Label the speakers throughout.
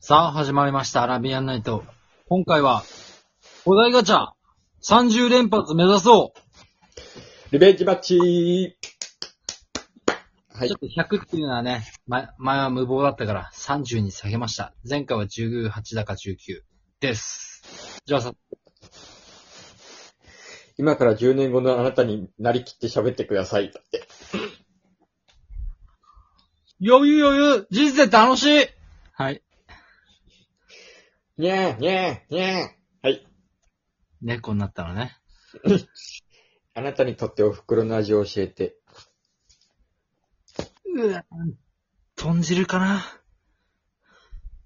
Speaker 1: さあ、始まりました。アラビアンナイト。今回は、お題ガチャ !30 連発目指そう、
Speaker 2: リベンジマッチはい
Speaker 1: ちょ。っと100っていうのはね、前、前は無謀だったから30に下げました。前回は18だか19です。じゃあさ、
Speaker 2: 今から10年後のあなたになりきって喋ってください。だって。
Speaker 1: 余裕余裕人生楽しいはい。
Speaker 2: にゃーにゃーにゃーはい。
Speaker 1: 猫になったのね。
Speaker 2: あなたにとってお袋の味を教えて。
Speaker 1: うわ豚汁かな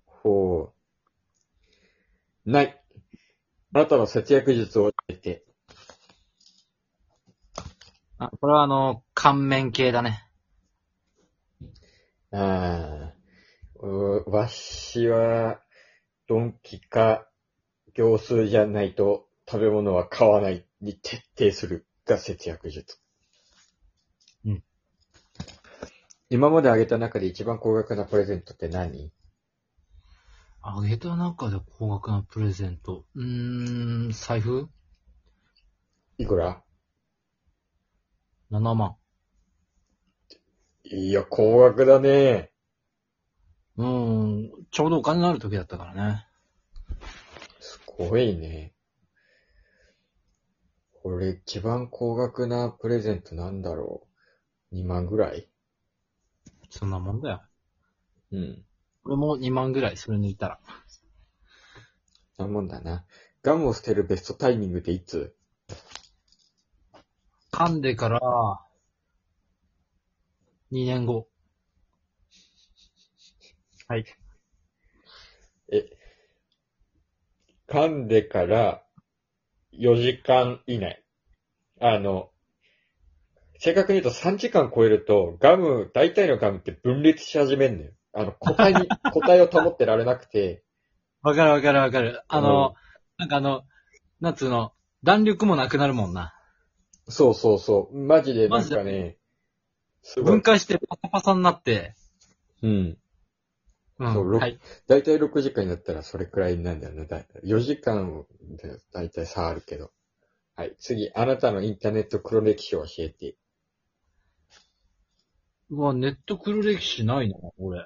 Speaker 2: ほう。ない。あなたの節約術を教えて。
Speaker 1: あ、これはあの、乾麺系だね。
Speaker 2: あー。うーわしは、ドンキか、行数じゃないと食べ物は買わないに徹底するが節約術。
Speaker 1: うん。
Speaker 2: 今まであげた中で一番高額なプレゼントって何
Speaker 1: あげた中で高額なプレゼント。うーん、財布
Speaker 2: いくら
Speaker 1: ?7 万。
Speaker 2: いや、高額だね。
Speaker 1: うん、ちょうどお金のある時だったからね。
Speaker 2: すごいね。これ一番高額なプレゼントなんだろう。2万ぐらい
Speaker 1: そんなもんだよ。
Speaker 2: うん。
Speaker 1: 俺も2万ぐらい、それ抜いたら。
Speaker 2: なもんだな。ガムを捨てるベストタイミングっていつ
Speaker 1: 噛んでから、2年後。はい。
Speaker 2: 噛んでから4時間以内。あの、正確に言うと3時間超えると、ガム、大体のガムって分裂し始めんのよ。あの、個体 に、個体を保ってられなくて、
Speaker 1: わかるわかるわかる。あの、なんかあの、なんつうの、弾力もなくなるもんな。
Speaker 2: そうそうそう。マジでなんか
Speaker 1: マジ
Speaker 2: ね、すご
Speaker 1: 分
Speaker 2: い。
Speaker 1: 解してパサパサになって、
Speaker 2: うん。
Speaker 1: うん。
Speaker 2: そうろ
Speaker 1: はい。
Speaker 2: だいたい6時間になったらそれくらいなんだよね。だ4時間でだいたい差あるけど。はい。次、あなたのインターネット黒歴史を教えて。
Speaker 1: うわ、ネット黒歴史ないな、俺。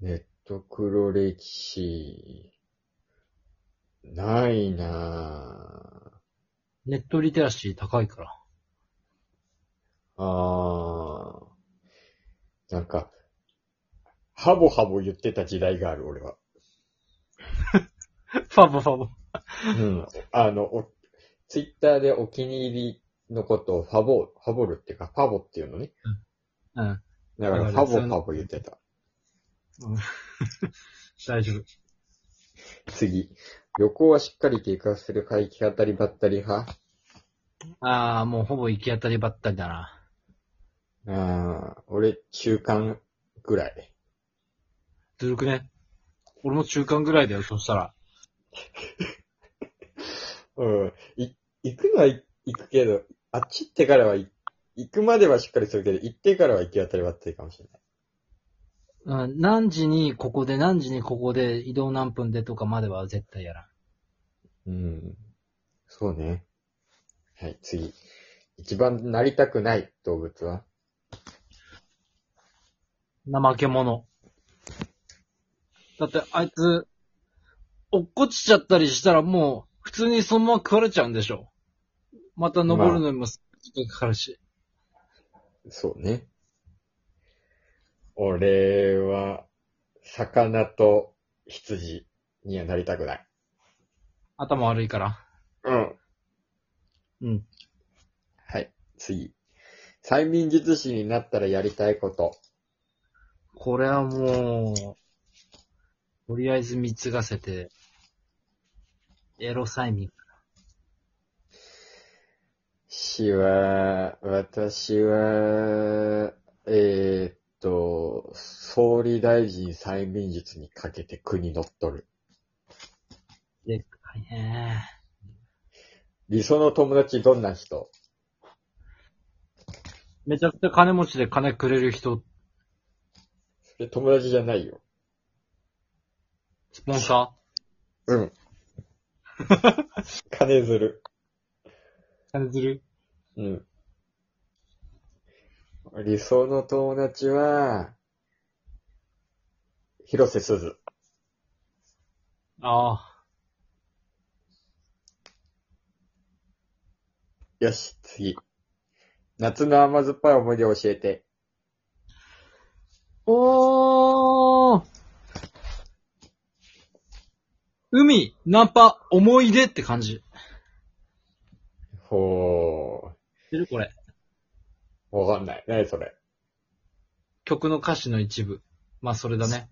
Speaker 2: ネット黒歴史、ないな
Speaker 1: ネットリテラシー高い から。
Speaker 2: ぁ。あー。なんか、ハボハボ言ってた時代がある、俺は。
Speaker 1: ファボファボ。
Speaker 2: うん。あの、おツイッターでお気に入りのことをファボ、ファボルっていうか、ファボっていうのね。
Speaker 1: うん。
Speaker 2: だか
Speaker 1: だ
Speaker 2: ら、フ
Speaker 1: から
Speaker 2: ァ
Speaker 1: そういう
Speaker 2: ボ、
Speaker 1: の
Speaker 2: ファボ言ってた。
Speaker 1: 大丈夫。
Speaker 2: 次。旅行はしっかり計画するか、行き当たりばったり派
Speaker 1: ああ、もうほぼ行き当たりばったりだな。
Speaker 2: あー、俺、中間ぐらい。
Speaker 1: ずるくね。俺も中間ぐらいだよ、そしたら。
Speaker 2: うん。い、行くのは行くけど、あっち行ってからは行、行くまではしっかりするけど、行ってからは行き当たりばったりかもしれない。
Speaker 1: うん、何時にここで、何時にここで、移動何分でとかまでは絶対やらん。
Speaker 2: うん。そうね。はい、次。一番なりたくない動物は
Speaker 1: 怠け者。だって、あいつ、落っこちちゃったりしたらもう、普通にそのまま食われちゃうんでしょ。また登るのにもスピードかかるし。
Speaker 2: そうね。俺は、魚と羊にはなりたくない。
Speaker 1: 頭悪いから。
Speaker 2: うん。
Speaker 1: うん。
Speaker 2: はい、次。催眠術師になったらやりたいこと。
Speaker 1: これはもう、とりあえず貢がせて、エロ催眠。
Speaker 2: しは、私は、えーっと、総理大臣催眠術にかけて国乗っ取る。
Speaker 1: でっかいね。
Speaker 2: 理想の友達どんな人
Speaker 1: めちゃくちゃ金持ちで金くれる人。
Speaker 2: で友達じゃないよ。
Speaker 1: スポンサ
Speaker 2: うん。金ずる。
Speaker 1: ー金ずる
Speaker 2: うん。理想の友達は、広瀬すず。
Speaker 1: ああ。
Speaker 2: よし、次。夏の甘酸っぱい思い出を教えて。
Speaker 1: おー海、ナンパ、思い出って感じ。
Speaker 2: ほ
Speaker 1: 知ってるこれ。
Speaker 2: ー。わかんない。何それ。
Speaker 1: 曲の歌詞の一部。まあ、それだね。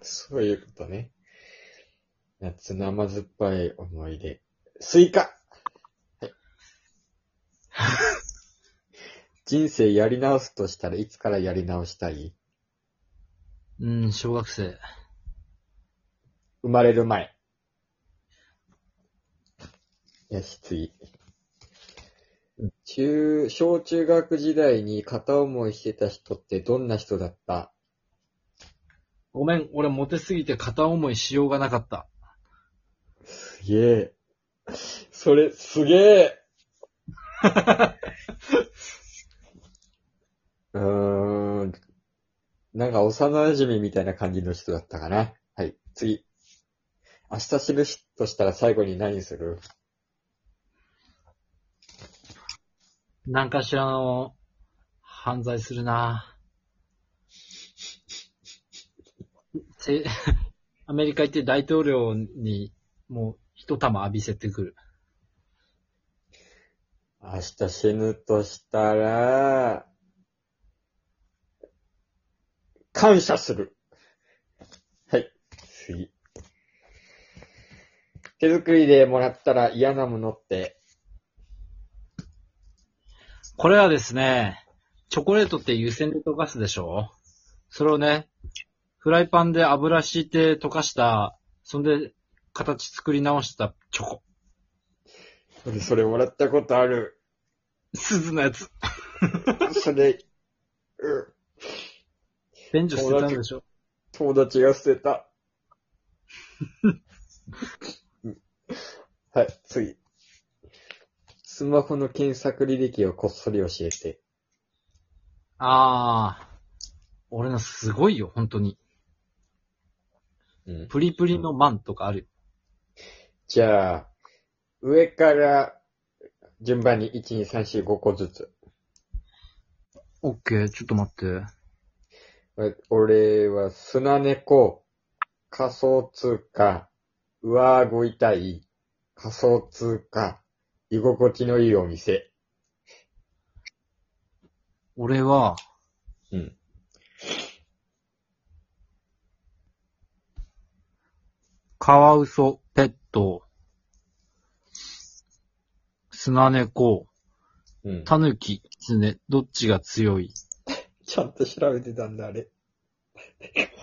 Speaker 2: そういうことね。夏の甘酸っぱい思い出。スイカはい人生やり直すとしたらいつからやり直したい
Speaker 1: うん、小学生。
Speaker 2: 生まれる前。よし、次。中、小中学時代に片思いしてた人ってどんな人だった
Speaker 1: ごめん、俺モテすぎて片思いしようがなかった。
Speaker 2: すげえ。それ、すげえ。 うーん。なんか幼馴染みたいな感じの人だったかな。はい、次。明日死ぬとしたら最後に何する
Speaker 1: なんかしらの、犯罪するなせ アメリカ行って大統領に、もう、一玉浴びせてくる。
Speaker 2: 明日死ぬとしたら、感謝する。はい、次。手作りでもらったら嫌なものって、
Speaker 1: これはですね、チョコレートって湯煎で溶かすでしょそれをね、フライパンで油敷いて溶かした、そんで形作り直したチョコ。
Speaker 2: 俺それもらったことある。
Speaker 1: 鈴のやつ。
Speaker 2: それ、うん、
Speaker 1: 便所捨てたんでしょ
Speaker 2: 友達が捨てた。 うんはい、次。スマホの検索履歴をこっそり教えて。
Speaker 1: あー。俺のすごいよ、本当に。
Speaker 2: うん
Speaker 1: プリプリのマンとかある。
Speaker 2: じゃあ、上から順番に1、2、3、4、5個ずつ。
Speaker 1: オッケー、ちょっと待って。
Speaker 2: え俺は砂猫、仮想通貨、上顎痛い、仮想通貨、居心地のいいお店。
Speaker 1: 俺は、
Speaker 2: うん。
Speaker 1: カワウソ、ペット、砂猫、
Speaker 2: うん
Speaker 1: タヌキ、キツネ、どっちが強い
Speaker 2: ちゃんと調べてたんだ、あれ。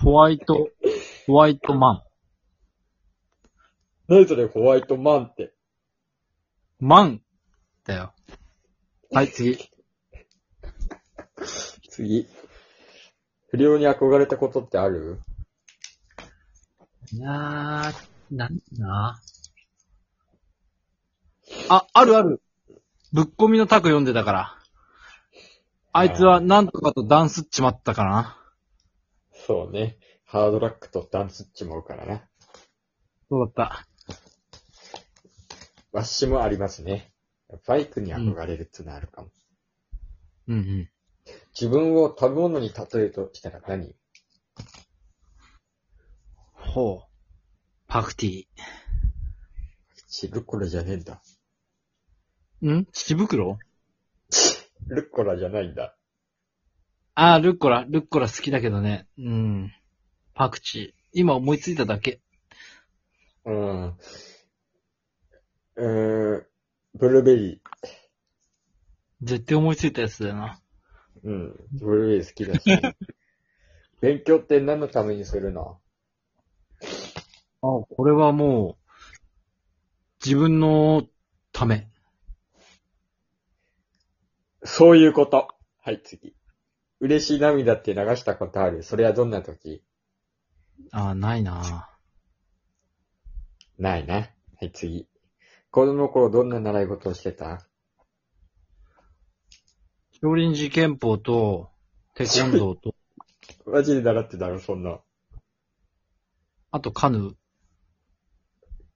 Speaker 1: ホワイト、ホワイトマ
Speaker 2: 何それ、ホワイトマンって。
Speaker 1: ン。マンだよ。はい、次。
Speaker 2: 次。不良に憧れたことってある
Speaker 1: いやー、なんだあ、あるある。ぶっこみのタク読んでたから。あいつはなんとかとダンスっちまったかな。
Speaker 2: そうね。ハードラックとダンスっちまうからな。
Speaker 1: そうだった。
Speaker 2: わしもありますね。バイクに憧れるってのはあるかも。
Speaker 1: うんうん。
Speaker 2: 自分を食べ物に例えるとしたら何
Speaker 1: ほう。パクティ
Speaker 2: ルッコラじゃねえんだ。
Speaker 1: ー。ん乳袋
Speaker 2: ルッコラじゃないんだ。
Speaker 1: あー、ルッコラ、ルッコラ好きだけどね。うん。パクチー。今思いついただけ。
Speaker 2: うん。うーん。ブルーベリー。
Speaker 1: 絶対思いついたやつだよな。
Speaker 2: うん。ブルーベリー好きだ し。勉強って何のためにするの
Speaker 1: あ、これはもう、自分のため。
Speaker 2: そういうこと。はい、次。嬉しい涙って流したことあるそれはどんな時
Speaker 1: ああ、ないな
Speaker 2: ないな。はい、次。子供の頃どんな習い事をしてた
Speaker 1: 少林寺拳法と、テコンドー と、
Speaker 2: マジで習ってたのそんな。
Speaker 1: あとカヌー。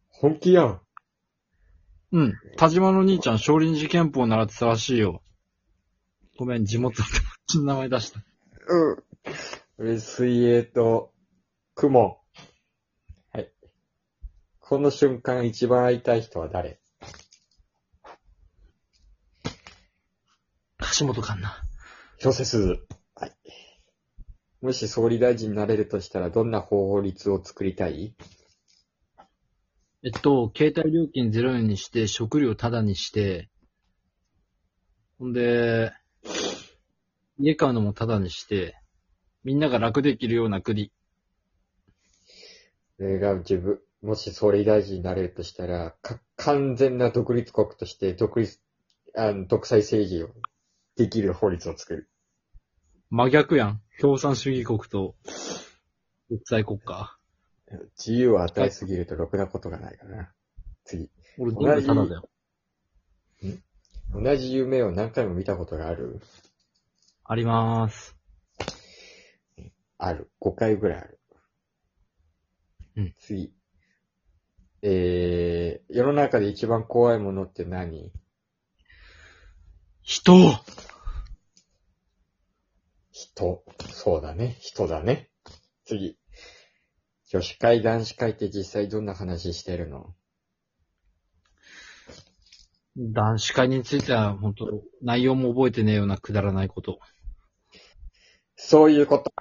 Speaker 2: 本気やん。
Speaker 1: うん。田島の兄ちゃん、少林寺拳法習ってたらしいよ。ごめん、地元の友達の名前出した。
Speaker 2: うん。俺、水泳と、雲。はい。この瞬間一番会いたい人は誰
Speaker 1: 橋本環奈。
Speaker 2: 小説。はい。もし総理大臣になれるとしたらどんな法律を作りたい
Speaker 1: えっと、携帯料金ゼロ円にして、食料タダにして、ほんで、家買うのもタダにして、みんなが楽できるような国。
Speaker 2: 俺が自分、もし総理大臣になれるとしたら、か完全な独立国として独立、あの、独裁政治をできる法律を作る。
Speaker 1: 真逆やん。共産主義国と、国際国家。
Speaker 2: 自由を与えすぎるとろくなことがないかな。次。
Speaker 1: 俺全部タダだよ。
Speaker 2: 同じ夢を何回も見たことがある
Speaker 1: ありまーす。
Speaker 2: ある。5回ぐらいある。
Speaker 1: うん。
Speaker 2: 次。えー、世の中で一番怖いものって何
Speaker 1: 人
Speaker 2: 人。そうだね。人だね。次。女子会、男子会って実際どんな話してるの
Speaker 1: 男子会については、本当内容も覚えてねえようなくだらないこと。
Speaker 2: そういうこと。